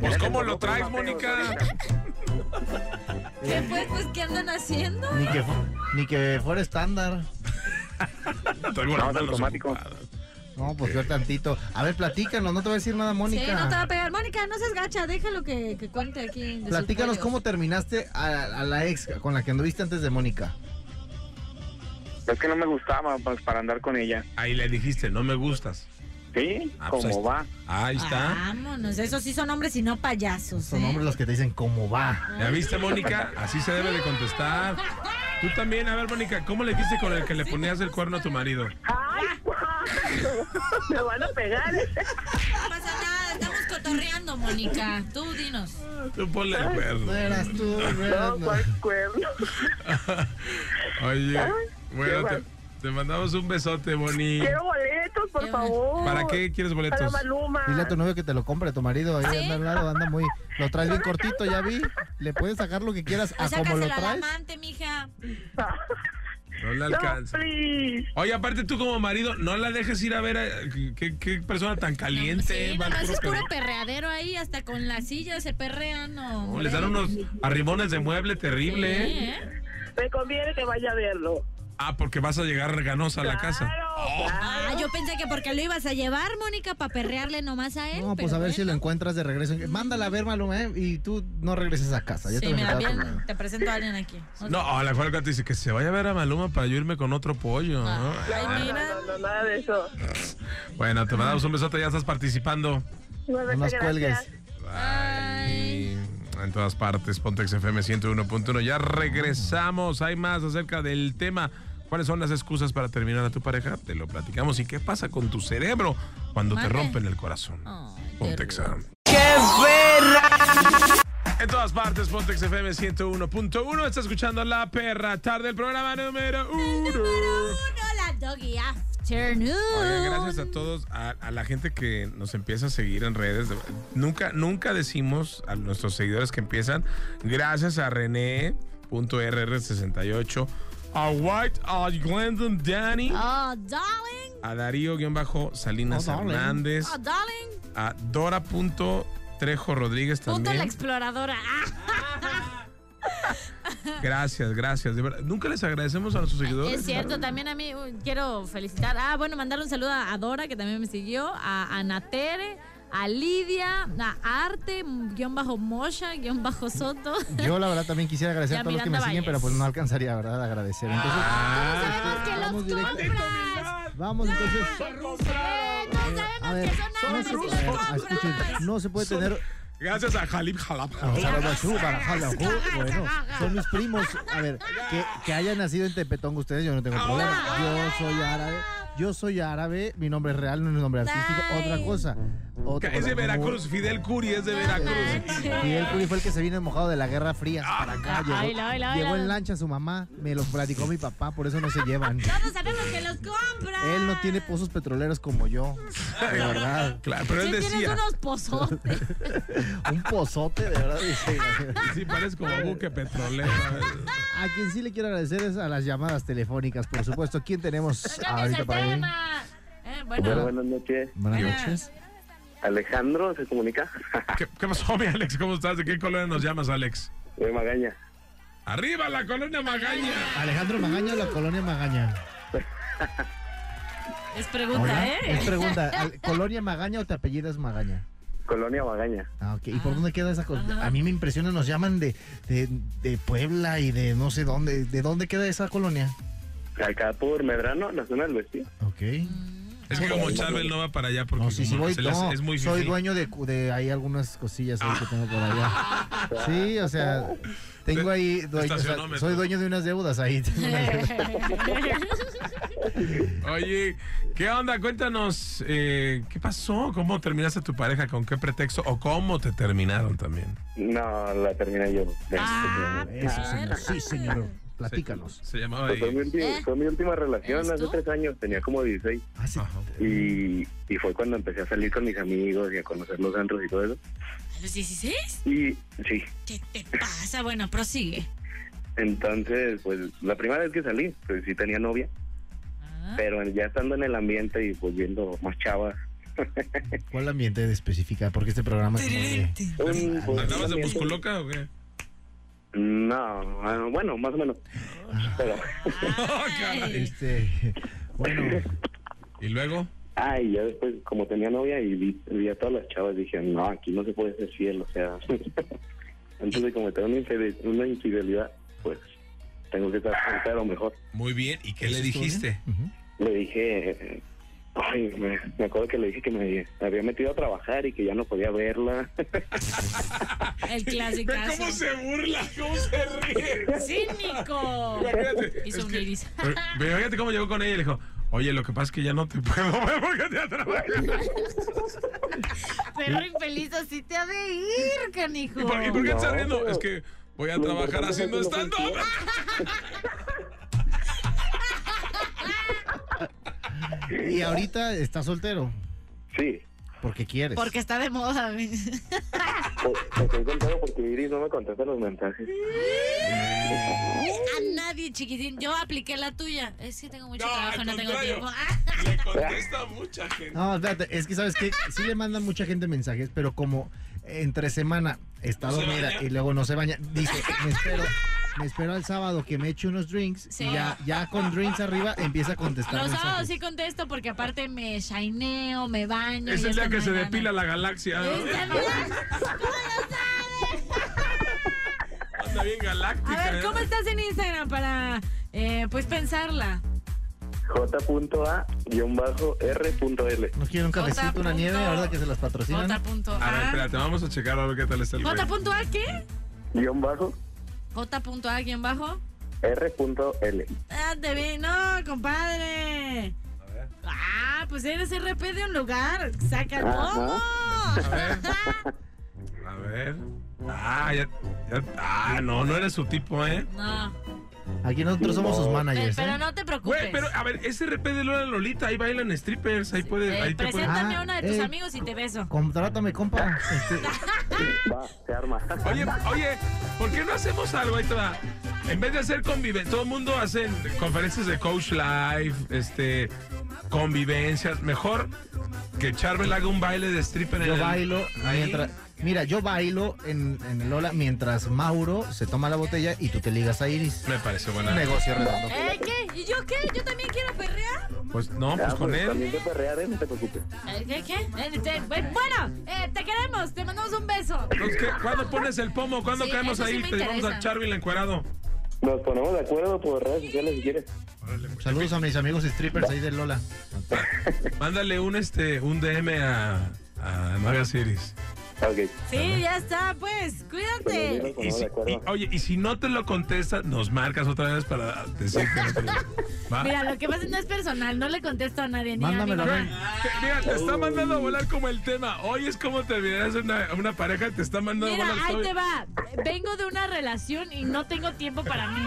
Pues ¿cómo lo traes, Mónica? ¿Qué eh, fue? Pues, ¿qué andan haciendo? Ni que, fu- ni que fuera estándar. Traigo las No, es manos automático. ocupadas. No, pues yo tantito. A ver, platícanos, no te voy a decir nada, Sí, Mónica. no te va a pegar. Mónica, no seas gacha, déjalo que, que cuente aquí. de sus Platícanos rollos. cómo terminaste a, a la ex con la que anduviste antes de Mónica. Es que no me gustaba pues, para andar con ella. Ahí le dijiste, no me gustas. ¿Sí? Ah, pues, ¿Cómo va? Ahí Ah. está. Vámonos, esos sí son hombres y no payasos. ¿ah? Son ¿eh? hombres los que te dicen cómo va. ¿Ya viste, Mónica? Así se debe de contestar. Tú también, a ver, Mónica, ¿cómo le dijiste con el que le ponías el cuerno a tu marido? ¡Ay! me van a pegar. ¿eh? Ah, No pasa nada, estamos cotorreando, Mónica. Tú dinos. Tú ponle el cuerno. No eras tú, no No, eras- no. cuál cuerno. Oye, bueno, te, qué bueno. te mandamos un besote, Moni. Quiero boletos, por favor. ¿Para qué quieres Para boletos? Maluma. Ah. Dile a tu novio que te lo compre, tu marido. Ahí anda al lado, anda muy. Lo traes bien cortito, ya vi. Le puedes sacar lo que quieras a O sea, como lo cácela al traes. amante, mija. No le No, alcanza. please. Oye, aparte tú como marido, no la dejes ir a ver a- qué, qué persona tan caliente. Pues Sí, va al nomás es puro puro pedo. perreadero ahí, hasta con las sillas se perrean. No, No, Uh, les dan unos arribones de mueble terrible, ¿eh? Me conviene que vaya a verlo. Ah, porque vas a llegar ganosa a la casa. Oh. Claro, Ah, yo pensé que porque lo ibas a llevar, Mónica, para perrearle nomás a él. No, pues pero a ver si bueno. lo encuentras de regreso. Mándala a ver, Maluma, ¿eh? y tú no regreses a casa. Ya te Sí, lo mira, encontraste con bien, la- te presento a alguien aquí. No, a la cual te dice que se vaya a ver a Maluma para yo irme con otro pollo. ¿no? Ay, No, mira. no, no, nada de eso. Bueno, te mandamos un besote, ya estás participando. No nos cuelgues. Ay, En todas partes, Pontex FM 101.1. Ya regresamos. Hay más acerca del tema. ¿Cuáles son las excusas para terminar a tu pareja? Te lo platicamos. ¿Y qué pasa con tu cerebro cuando te Mande. rompen el corazón? Ay, Pontex. Oh, ¡Qué perra! En todas partes, Pontex FM 101.1. Está escuchando La Perra Tarde, el programa número uno. Uno, la doggy afternoon. Oigan, gracias a todos, a, a la gente que nos empieza a seguir en redes. De- Nunca, nunca decimos a nuestros seguidores que empiezan, gracias a René.rr68, a White, a Glendon Danny, Oh, darling. a Darío-Salinas Oh, darling. Hernández, Oh, darling. a Dora.trejo Rodríguez Punto la también. exploradora. Ah, Gracias, gracias. De verdad, nunca les agradecemos a nuestros seguidores. es cierto, también a mí uy, quiero felicitar. Ah, bueno, mandarle un saludo a Dora, que también me siguió, a Anatere, a Lidia, a Arte, guión bajo Mosha, guión bajo Soto. Yo, la verdad, también quisiera agradecer Ya, a todos los que me Miranda siguen, pero Valles. Ah, pues, pues no alcanzaría, ¿verdad? A agradecer. Entonces, este, sabemos que los vamos directo. compras. vamos, entonces. Eh, A no sabemos ver, que son no árabes se- y eh, los escuchen, compras. no se puede tener Gracias a Jalib Jalab. O sea, Barabachú, Barajalajó, bueno, son mis primos. A ver, que, que hayan nacido en Tepetongo ustedes, yo no Ah, tengo problema. Yo soy árabe. Yo soy árabe, mi nombre es real, no es mi nombre artístico. Otra cosa. Otra Es de cosa, Veracruz, Fidel Curi es de Veracruz. como- Fidel Curi fue el que se vino mojado de la Guerra Fría para acá. Llegó, baila, baila, llegó baila. en lancha su mamá, me lo platicó mi papá, por eso no se llevan. Todos sabemos que los compras. Él no tiene pozos petroleros como yo, de verdad. Claro, pero Sí él tienes decía. unos pozotes. Un pozote, de verdad. dice. Sí, parece como buque petrolero. A quien sí le quiero agradecer es a las llamadas telefónicas, por supuesto. ¿Quién tenemos ¡Cambias Ah, ahorita el para mí? tema! Eh, Bueno, bueno, buenas noches. Buenas noches. Alejandro, ¿se comunica? ¿Qué, qué pasó, mi Alex? ¿Cómo estás? ¿De qué colonia nos llamas, Alex? De Magaña. ¡Arriba la colonia Magaña! Alejandro Magaña, la colonia Magaña. Es pregunta, Hola, ¿eh? Es pregunta, ¿al- ¿Colonia Magaña o te apellidas Magaña? Colonia Magaña. Ah, ok. ¿Y por dónde queda esa colonia? A mí me impresiona, nos llaman de, de, de Puebla y de no sé dónde. ¿De dónde queda esa colonia? Acá por Medrano, la zona del vestido. Ok. Es que como Charbel no va para allá porque No, sí, sí como voy, se le hace- no, es muy soy fifí. dueño de, cu- de ahí algunas cosillas ahí que tengo por allá. Sí, o sea, tengo ahí, dueño- o sea, Estacionómetro. soy dueño de unas deudas ahí. tengo unas deudas. Oye, ¿qué onda? Cuéntanos, eh, ¿qué pasó? ¿Cómo terminaste tu pareja? ¿Con qué pretexto? ¿O cómo te terminaron también? No, la terminé yo. Ah, Eso, señor. Sí, señor. Platícanos. Se llamaba Pues fue, mi ulti- fue mi última relación hace tres años, tenía como 16. Ah, Y, y fue cuando empecé a salir con mis amigos y a conocer los antros y todo eso. ¿A los 16? Y sí, ¿Qué te pasa? Bueno, prosigue. entonces, pues la primera vez que salí, pues sí tenía novia. Pero ya estando en el ambiente y pues viendo más chavas. ¿Cuál ambiente de especificar? Porque este programa es como de- un- pues, ¿Andabas de ambiente- musculoca o qué? No, ah, bueno, más o menos. Pero, Oh, Ah, este, bueno. ¿Y luego? Ay, ya después, como tenía novia y vi, vi a todas las chavas, dije, no, aquí no se puede ser fiel, o sea, antes de cometer una infide- una infidelidad, pues tengo que estar a lo mejor. Muy bien, ¿y qué le ¿Eso estuvo dijiste? Le dije, eh, ay, me, me acuerdo que le dije que me había metido a trabajar y que ya no podía verla. El clásico. Ve cómo se burla, cómo se ríe. Cínico. Imagínate, Hizo es un que- iris. Pero, pero fíjate cómo llegó con ella y le dijo, oye, lo que pasa es que ya no te puedo ver porque te atrabajas. Perro infeliz, así te ha de ir, canijo. ¿Y por, y por qué te estás riendo? Es que voy a trabajar importante es haciendo que no stand-up. Y ahorita estás soltero. Sí. Porque quieres. Porque está de moda. güey. Pues, estoy contento porque Iris no me contesta los mensajes. A nadie, chiquitín. Yo apliqué la tuya. Es que tengo mucho No, trabajo, al no tengo contrario. tiempo. Le contesta mucha gente. No, espérate, es que sabes que sí le mandan mucha gente mensajes, pero como entre semana está No se dormida baña. y luego no se baña, dice, me espero, me espero al sábado que me eche unos drinks Sí. y ya, ya con drinks arriba empieza a contestar. Los mensajes. sábados sí contesto porque aparte me shineo, me baño. Es y el es día cuando que se me depila la galaxia. ¿no? Anda bien gana. galáctica. ¿eh? A ver, ¿cómo estás en Instagram para, eh, pues, pensarla? J.A-R.L. No quiero un cafecito, una nieve, punto. ahora que se las patrocinan. A Ah. ver, espérate, vamos a checar a ver qué tal está el güey. ¿J.A. qué? Guión bajo J.A. guión bajo. R.L. Ah, te vi, no, compadre. Ah, pues eres RP de un lugar. Saca todo. A ver. Ah, ya, ya- Ah, no, no eres su tipo, ¿eh? No, Aquí nosotros somos sus managers. pero ¿eh? no te preocupes. Güey, pero a ver, ese RP de Lola Lolita, ahí bailan strippers, ahí puede, Eh, ahí te puede. preséntame a Ah, una de tus eh. amigos y te beso. Contrátame, compa. Este, Va, se arma. Oye, pues, oye, ¿por qué no hacemos algo? Ahí te va. En vez de hacer convivencia, todo el mundo hace conferencias de coach live, este, convivencias. Mejor que Charvel haga un baile de stripper en Yo el- bailo ahí. mientras. Mira, yo bailo en, en Lola mientras Mauro se toma la botella y tú te ligas a Iris. Me parece buena. Negocio redondo. ¿Eh, qué? ¿Y yo qué? ¿Yo también quiero perrear? Pues no, pues Ah, con pues, él. También te perrearé, no te preocupes. Eh, ¿Qué? qué? Eh, te- bueno, eh, te queremos. Te mandamos un beso. Entonces, ¿qué? ¿Cuándo pones el pomo? ¿Cuándo Sí, caemos eso sí ahí? me Te llevamos interesa. a Charvel encuerado. Nos ponemos de acuerdo por redes sociales si quieres. Saludos a mis amigos strippers ahí de Lola. Mándale un este un DM a, a Maga Ciris. Ok. Sí, ya está, pues. Cuídate. Nos ponemos de acuerdo. oye, y si no te lo contestas, nos marcas otra vez para decir que no te lo- Va. Mira, lo que pasa no es personal. No le contesto a nadie. Ni a Mándamelo mi a mamá. mí. Te- Mira, te está mandando a volar como el tema. Hoy es como terminar una, una pareja, te está mandando a Mira, volar. ahí todo. te va. Vengo de una relación y no tengo tiempo para mí.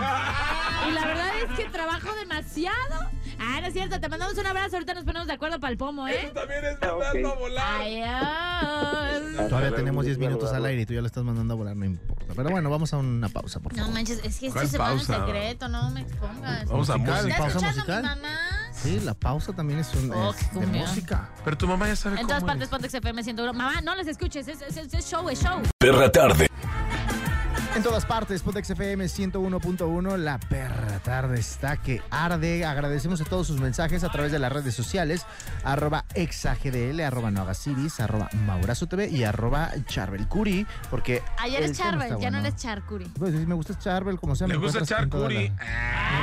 Y la verdad es que trabajo demasiado. Ah, no es cierto. Te mandamos un abrazo. Ahorita nos ponemos de acuerdo para el pomo, Eso ¿eh? también es Ah, mandarlo a volar. Adiós. Hasta Todavía luego, tenemos un 10 minutos al saludarlo. aire y tú ya lo estás mandando a volar, no importa. Pero bueno, vamos a una pausa, por No favor. manches, es que esto ¿Cuál se va en pausa? secreto, no me expongas. Vamos a Musical, música. ¿Está pausa escuchando mi musical. mamá? Sí, la pausa también es, un, Oh, es qué de comión. música. Pero tu mamá ya sabe En todas cómo partes, eres. Pontex FM 101. Mamá, no les escuches. Es, es- es show, es show. Perra tarde. En todas partes, Pontex FM 101.1, la perra tarde está que arde. Agradecemos a todos sus mensajes a través de las redes sociales, arroba exagdl, arroba noagasiris, arroba maurazotv y arroba charbelcuri, porque... Ayer el es tema Charbel, está Ah, ya no bueno. eres Charcuri. Pues sí, me gusta Charbel, como sea. Le me gusta encuentras en toda Charcuri. la-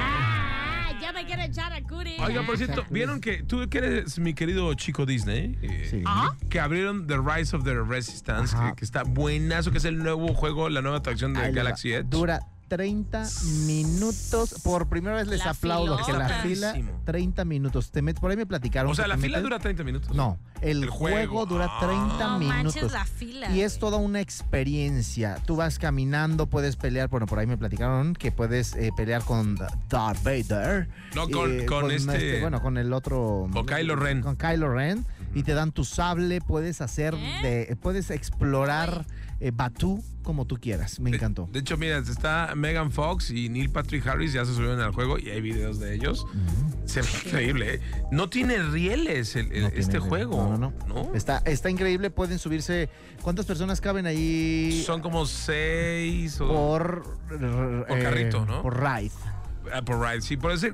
Ah, ya me quiero echar a Curi. Oiga, por cierto, ¿vieron que tú que eres mi querido chico Disney? Eh, Ah. Que abrieron The Rise of the Resistance, que, que está buenazo, que es el nuevo juego, la nueva atracción de Ahí le va. Galaxy Edge. Dura 30 minutos. Por primera vez les La aplaudo que la filota. fila, Buenísimo. 30 minutos. Te met- por ahí me platicaron. O sea, que la te fila metes- dura 30 minutos. No, el, juego, dura 30 No minutos. manches la fila, Y güey. es toda una experiencia. Tú vas caminando, puedes pelear. Bueno, por ahí me platicaron que puedes eh, pelear con Darth Vader. No, con- con este- Bueno, Eh, con el otro. Con Kylo Ren. Con Kylo Ren. Y te dan tu sable. Puedes hacer. de- puedes explorar eh, Batú como tú quieras. Eh, Me encantó. De hecho, mira, está Megan Fox y Neil Patrick Harris ya se subieron al juego y hay videos de ellos. Se ve increíble, ¿eh? No tiene rieles el- el- este juego. No, no, no. Está, está increíble. Pueden subirse. ¿Cuántas personas caben ahí? Son como seis o... por, eh, Por carrito, ¿no? Por ride. Ah, por ride, sí, por ese,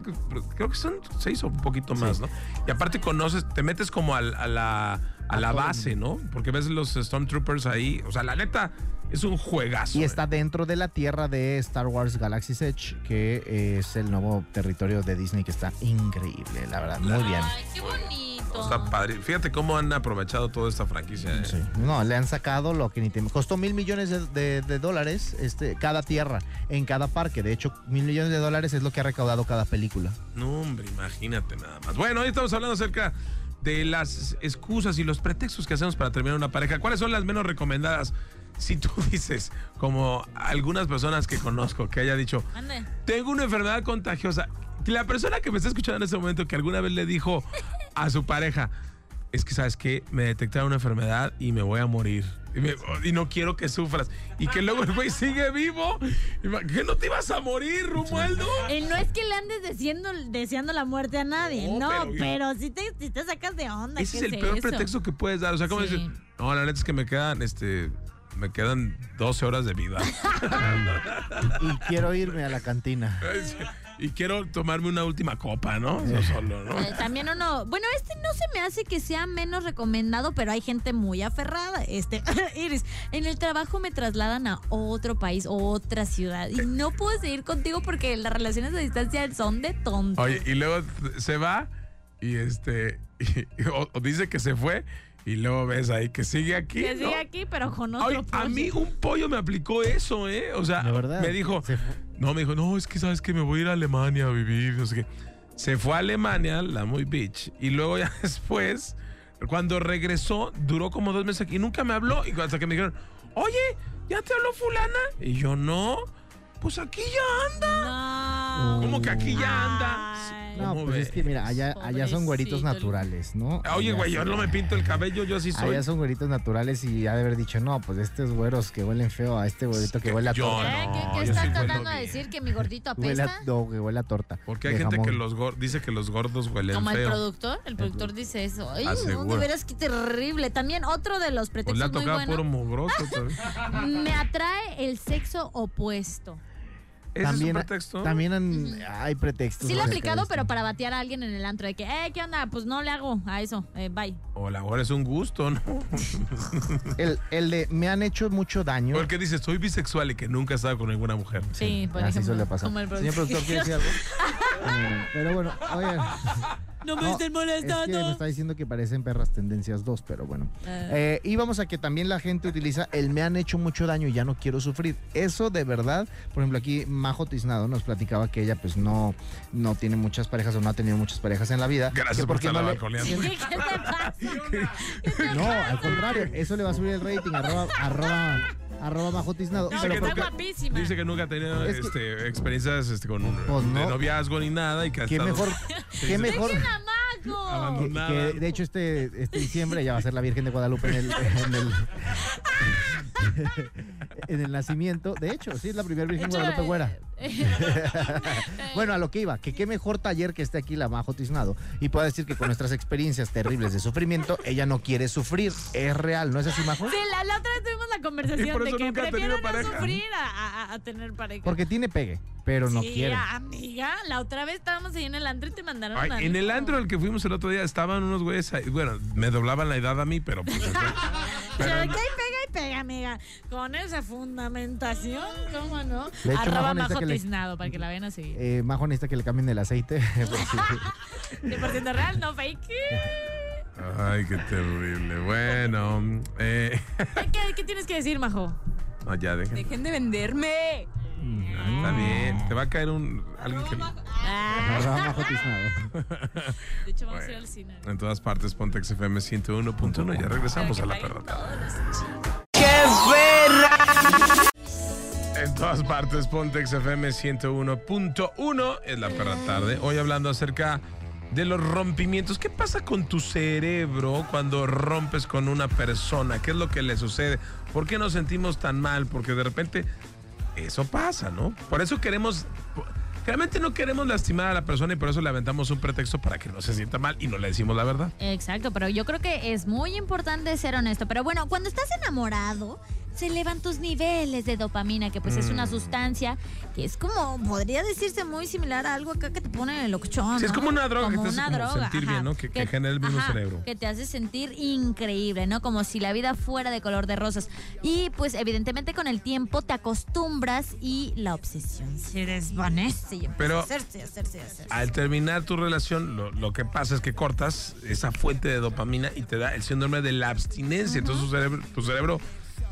creo que son seis o un poquito más, ¿no? Y aparte conoces, te metes como al- a, la, a la base, ¿no? Porque ves los Stormtroopers ahí, o sea, la neta, es un juegazo. ¿eh? Y está dentro de la tierra de Star Wars Galaxy's Edge, que eh, es el nuevo territorio de Disney que está increíble, la verdad. Muy bien. Qué bonito. Está padre. Fíjate cómo han aprovechado toda esta franquicia. ¿eh? No, le han sacado lo que ni te... Costó mil millones de, de- de dólares este, cada tierra, en cada parque. De hecho, mil millones de dólares es lo que ha recaudado cada película. No, hombre, imagínate nada más. Bueno, hoy estamos hablando acerca de las excusas y los pretextos que hacemos para terminar una pareja. ¿Cuáles son las menos recomendadas? Si tú dices, como algunas personas que conozco, que haya dicho, Mande. tengo una enfermedad contagiosa. Que la persona que me está escuchando en este momento, que alguna vez le dijo a su pareja, es que, ¿sabes qué? Me detectaron una enfermedad y me voy a morir. Y, me- y no quiero que sufras. Y que luego el güey sigue vivo. Ima- Que no te ibas a morir, Rumualdo. Y Eh, no es que le andes deseando, deseando la muerte a nadie, no, pero- pero, si, te, si te sacas de onda. Ese es ¿qué el peor eso? pretexto que puedes dar. O sea, como Sí. decir, no, la neta es que me quedan, este, me quedan 12 horas de vida. Y quiero irme a la cantina. y quiero tomarme una última copa, ¿no? Yo solo, ¿no? Eh, También uno, bueno, este no se me hace que sea menos recomendado, pero hay gente muy aferrada. Este, Iris, en el trabajo me trasladan a otro país, otra ciudad, y no puedo seguir contigo porque las relaciones a distancia son de tonto. Oye, y luego se va y este, y- o, o dice que se fue y luego ves ahí que sigue aquí. Que ¿no? sigue aquí, pero con otro. Ay, a pollo. mí un pollo me aplicó eso, ¿eh? O sea, me dijo, no, me dijo, no, es que sabes que me voy a ir a Alemania a vivir, no sé qué. Se fue a Alemania, la muy bitch, y luego ya después, cuando regresó, duró como dos meses aquí y nunca me habló. Y hasta que me dijeron, oye, ¿ya te habló fulana? Y yo, no, pues aquí ya anda. ¿Cómo que aquí ya anda? Sí, No, ¿cómo pues es ves? que mira, allá, allá son güeritos Pobrecito, naturales, ¿no? Oye, Allá güey, yo son- no me ¿eh? pinto el cabello, yo así soy. Allá son güeritos naturales y ha de haber dicho, no, pues estos güeros que huelen feo, a este güerito que huele a yo torta. no. ¿Qué, yo qué sí estás huelo tratando de decir? ¿Que mi gordito Huele apesta? a, no, que huele a torta. Porque hay de gente que jamón. los gor- dice que los gordos huelen Como el feo. productor, el productor dice eso. Ay, no, Aseguro. de veras que terrible. También otro de los Pues le pretextos ha muy tocado puro buenos. mugroso. ¿sabes? Me atrae el sexo opuesto. ¿Ese También- es un pretexto? También han- hay pretextos. este. Sí lo he ¿no? aplicado, pero para batear a alguien en el antro. De que, eh, ¿qué onda? Pues no le hago a eso. Eh, bye. O a la hora es un gusto, ¿no? El, el de me han hecho mucho daño. o el que dice, soy bisexual y que nunca he estado con ninguna mujer. Sí, por Así ejemplo. suele pasar. Como el Señor productor, ¿quiere decir algo? Eh, pero bueno, oigan. No me estén Es que molestando. me está diciendo que parecen perras tendencias 2, pero bueno. Eh. Eh, y vamos a que también la gente utiliza el me han hecho mucho daño y ya no quiero sufrir. Eso de verdad, por ejemplo, aquí Majo Tiznado nos platicaba que ella pues no, no tiene muchas parejas o no ha tenido muchas parejas en la vida. Gracias Que por porque estar no le- balconeando. ¿Qué te pasa? No, al contrario, eso le va a subir el rating. Arroba, arroba, arroba Majo Tiznado. Dice Pero que porque- nunca- Dice que nunca ha tenido Es que- Pues este, experiencias este, con un, de no. noviazgo ni nada y que ha Qué estado- mejor, Sí, qué sí. mejor. Abandonado. Que, que, de hecho este, este diciembre ya va a ser la Virgen de Guadalupe en el, en el- en el nacimiento. De hecho, sí es la primera Virgen hecho, Guadalupe eh, Güera. bueno, a lo que iba, que qué mejor taller que esté aquí la Majo Tiznado y pueda decir que con nuestras experiencias terribles de sufrimiento, ella no quiere sufrir. Es real, ¿no es así, Majo? Sí, la, la otra vez tuvimos la Y conversación por de eso que nunca ha prefiero no tenido pareja. sufrir a, a- a tener pareja. Porque tiene pegue, pero no sí, quiere. amiga, la otra vez estábamos ahí en el antro y te mandaron Ay, a en el antro al que fuimos el otro día estaban unos güeyes, ahí, bueno, me doblaban la edad a mí, pero pues, Pero que ahí pega y pega, amiga. Con esa fundamentación, ¿cómo no? De hecho, Arroba Majo necesita Majo que le- Tiznado para que la vean así. Eh, Majo necesita que le cambien el aceite. por si- 100% real, no fake. ay, qué terrible. Bueno, eh, ¿Qué, qué tienes que decir, Majo? no, ya déjenme. Dejen de venderme. Está bien, te va a caer un alguien que Ah, De hecho, vamos a ir Bueno. al cine. en todas partes Pontex FM 101.1, ya regresamos a Pues la perrata. ¡Qué En todas partes Pontex FM 101.1 es la perra tarde. Hoy hablando acerca de los rompimientos. ¿Qué pasa con tu cerebro cuando rompes con una persona? ¿Qué es lo que le sucede? ¿Por qué nos sentimos tan mal? Porque de repente eso pasa, ¿no? Por eso queremos Realmente no queremos lastimar a la persona y por eso le aventamos un pretexto para que no se sienta mal y no le decimos la verdad. Exacto, pero yo creo que es muy importante ser honesto. Pero bueno, cuando estás enamorado, se elevan tus niveles de dopamina, que pues es una Mm. sustancia que es como, podría decirse muy similar a algo acá que te pone el locochón. Sí, es ¿no? como una droga que Como te hace como una droga, sentir ajá. bien, ¿no? Que, que genera el mismo Ajá, cerebro. Que te hace sentir increíble, ¿no? Como si la vida fuera de color de rosas. Y pues evidentemente con el tiempo te acostumbras y la obsesión se desvanece. y empieza Pero- a hacerse, a hacerse, a hacerse. Al terminar tu relación, lo, lo que pasa es que cortas esa fuente de dopamina y te da el síndrome de la abstinencia. Entonces tu cerebro, tu cerebro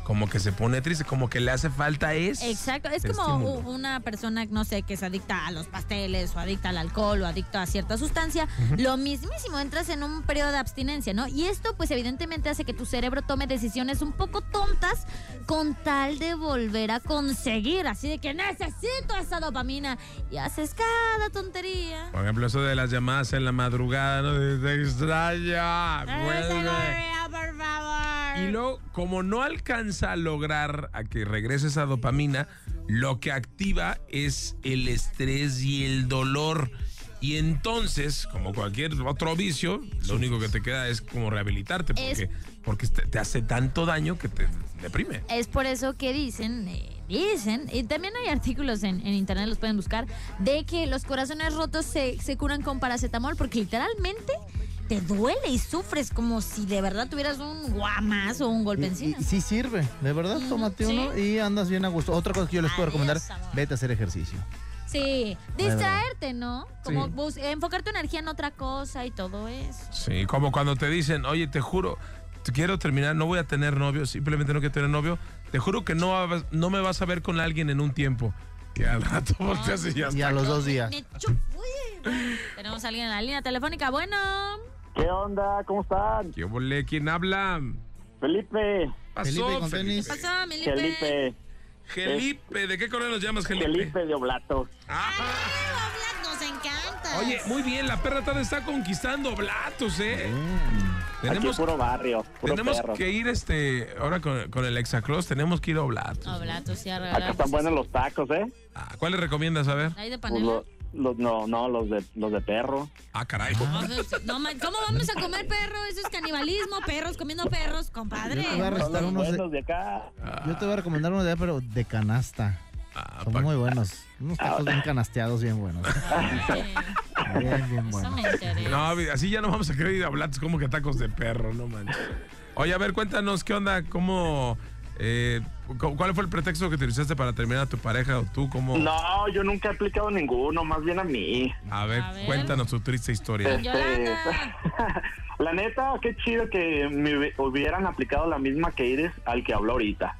como que se pone triste, como que le hace falta es. Exacto, es como estímulo. u- una persona, no sé, que es adicta a los pasteles o adicta al alcohol o adicta a cierta sustancia, Ujú. lo mismísimo, entras en un periodo de abstinencia, ¿no? Y esto pues evidentemente hace que tu cerebro tome decisiones un poco tontas con tal de volver a conseguir, así de que necesito esa dopamina y haces cada tontería. Por ejemplo, eso de las llamadas en la madrugada, ¿no? Te Ah, extraña, vuelve. por favor. Y luego, como no alcanza a lograr a que regrese esa dopamina, lo que activa es el estrés y el dolor. Y entonces, como cualquier otro vicio, lo único que te queda es como rehabilitarte, Es- porque, porque te te hace tanto daño que te deprime. Es por eso que dicen, eh, dicen, y también hay artículos en, en internet, los pueden buscar, de que los corazones rotos se, se curan con paracetamol porque literalmente te duele y sufres como si de verdad tuvieras un guamazo o un golpe Y, encima. y sí sirve, de verdad, tómate sí. uno y andas bien a gusto. Otra cosa que yo les puedo recomendar, vete a hacer ejercicio. Sí, distraerte, ¿no? Como Sí. bus- enfocar tu energía en otra cosa y todo eso. Sí, como cuando te dicen, oye, te juro, te quiero terminar, no voy a tener novio, simplemente no quiero tener novio, te juro que no, vas- no me vas a ver con alguien en un tiempo. Y al rato volteas y ya Y a está. los dos días. Me chupo, oye, bueno. Tenemos a alguien en la línea telefónica, bueno. ¿Qué onda? ¿Cómo están? ¿Qué volé? ¿Quién habla? Felipe. Pasó, Felipe con Felipe? tenis. ¿Qué pasó, Felipe? Felipe. Felipe, ¿de qué color nos llamas, Felipe? Felipe de Oblato. Nos encanta. Oye, muy bien, la perra tarde está conquistando blatos, ¿eh? Aquí puro barrio, puro tenemos perro. que ir, este, ahora con, con el Exacross, tenemos que ir a Oblatos. Oblato, sí, a Acá están buenos los tacos, ¿eh? Ah, ¿Cuáles recomiendas, a ver? ¿Hay de Pues panela? lo- los, no, no, los de, los de perro. Ah, caray. No, man, ¿cómo vamos a comer perro? Eso es canibalismo, perros comiendo perros, compadre. Yo te voy a recetar unos de- acá. Yo te voy a recomendar uno de allá, pero de canasta. Ah, Son muy buenos. Unos tacos bien canasteados, bien buenos. bien, bien buenos. No, así ya no vamos a querer ir a Blatos, como que tacos de perro, no manches. Oye, a ver, cuéntanos, ¿qué onda? ¿Cómo...? eh, cu- ¿Cuál fue el pretexto que utilizaste para terminar a tu pareja o tú? ¿Cómo...? No, yo nunca he aplicado ninguno, más bien a mí. A ver, ver. cuéntanos tu triste historia. Este, Eh, la neta, qué chido que me hubi- hubieran aplicado la misma que Iris al que habló ahorita.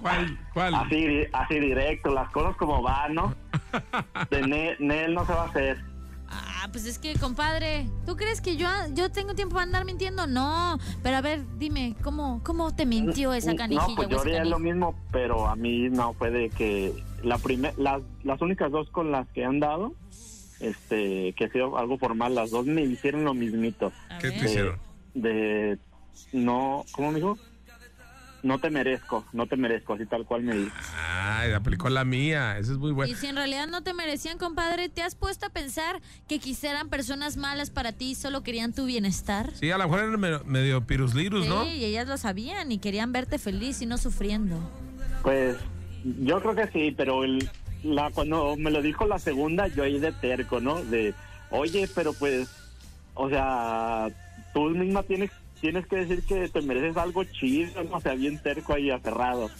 ¿Cuál? ¿Cuál? Así, di- así directo, las cosas como van, ¿no? De ne- Nel no se va a hacer. Ah, pues es que, compadre, ¿tú crees que yo, ah, yo tengo tiempo para andar mintiendo? No. Pero a ver, dime, ¿cómo, cómo te mintió esa canijilla? No, pues o yo ese haría canijo? lo mismo, pero a mí no fue de que la primer, las, las únicas dos con las que han dado, este, que ha sido algo formal, las dos me hicieron lo mismito. ¿Qué te De- hicieron? De, no, ¿cómo me dijo? no te merezco, no te merezco, así tal cual me dijo. Ay, aplicó la mía. Esa es muy buena. Y si en realidad no te merecían, compadre, ¿te has puesto a pensar que quisieran personas malas para ti y solo querían tu bienestar? Sí, a lo mejor eran me- medio piruslirus, Pues, ¿no? Sí, y ellas lo sabían y querían verte feliz y no sufriendo. Pues yo creo que sí, pero el, la, cuando me lo dijo la segunda, yo ahí de terco, ¿no? De, oye, pero pues, o sea, tú misma tienes tienes que decir que te mereces algo chido, ¿no? O sea, bien terco ahí aferrado.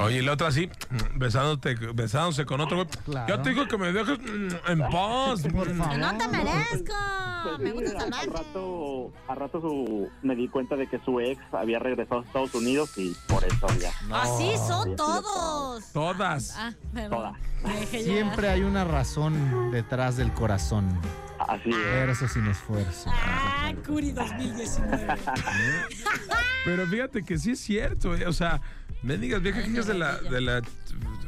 Oye, y la otra así, besándote, besándose con otro güey. Yo te digo que me dejes mm, en paz. mm, No te merezco. Ah, Me gusta pues, Al rato, al rato su- me di cuenta de que su ex había regresado a Estados Unidos y por eso ya. Así son todos. Todas. Ah, perdón. Me dejé llevar. Siempre hay una razón detrás del corazón. Así Esfuerzo sin esfuerzo. Ah, Curi 2019. Pero fíjate que sí es cierto, eh, o sea, me digas vieja que es de la, de la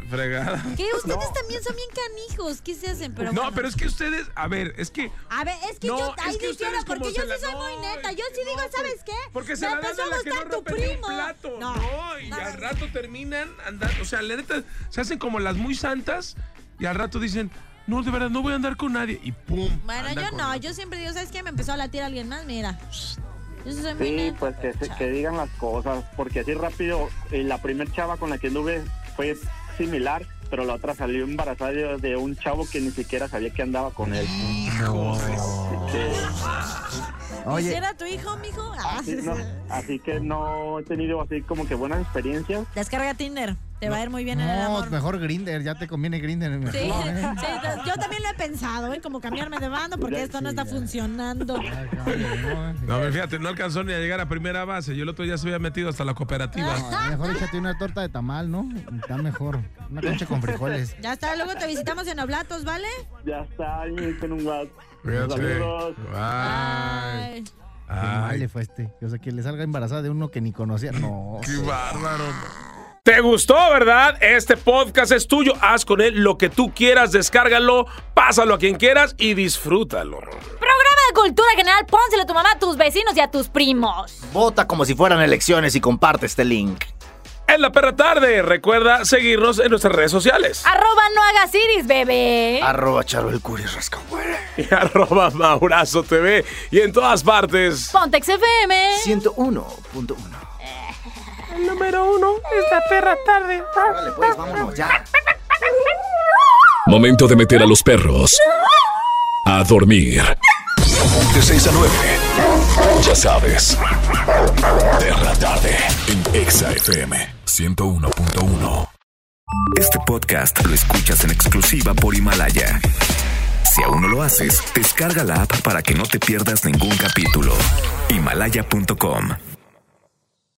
fregada. Que ustedes No. también son bien canijos. ¿Qué se hacen? Pero no, bueno. pero es que ustedes, a ver, es que A ver, es que No, yo es ahí que difiero ustedes como porque yo se sí la- soy muy no, pues, neta. Yo sí digo, ¿sabes qué? porque se Me la dan empezó a a la que no gustar tu repetí un pues primo. plato. No, y no, al no. rato terminan andando, o sea, la neta se hacen como las muy santas y al rato dicen, "No, de verdad no voy a andar con nadie" y pum. Bueno, andan yo con no, otro. yo siempre digo, ¿sabes qué? Me empezó a latir alguien más, mira. Yo sí soy muy Sí, neta. pues que, se- que digan las cosas, porque así rápido, eh, la primer chava con la que anduve fue similar, pero la otra salió embarazada de, de un chavo que ni siquiera sabía que andaba con él. Oye. Oye. tu hijo, mijo? Ah, Así, no, así que no he tenido así como que buenas experiencias. Descarga Tinder, te va a ir muy bien en el No, amor. mejor Grinder, ya te conviene Grinder. ¿eh? Sí, sí, yo también lo he pensado, ¿eh? como cambiarme de bando porque esto no está funcionando. No, pero fíjate, no alcanzó ni a llegar a primera base. Yo el otro ya se había metido hasta la Ah. cooperativa. Mejor échate una torta de tamal, ¿no? Está mejor. Una concha con frijoles. Ya está, luego te visitamos en Oblatos, ¿vale? Ya está, ahí con un WhatsApp. Cuídate. Saludos. Ay. Ay, le fue este. O sea, que le salga embarazada de uno que ni conocía. No. Qué bárbaro. ¿Te gustó, verdad? Este podcast es tuyo. Haz con él lo que tú quieras. Descárgalo, pásalo a quien quieras y disfrútalo. Programa de cultura general, pónselo a tu mamá, a tus vecinos y a tus primos. Vota como si fueran elecciones y comparte este link. En la perra tarde, recuerda seguirnos en nuestras redes sociales. Arroba no hagas iris, bebé. Arroba Charo el Curi Y arroba Maurazo TV. Y en todas partes. Pontex FM. 101.1. El número uno es la perra tarde. Dale, pues, vámonos ya. Momento de meter a los perros a dormir. De 6 a 9. Ya sabes. Perra tarde en Exa FM 101.1. Este podcast lo escuchas en exclusiva por Himalaya. Si aún no lo haces, descarga la app para que no te pierdas ningún capítulo. Himalaya.com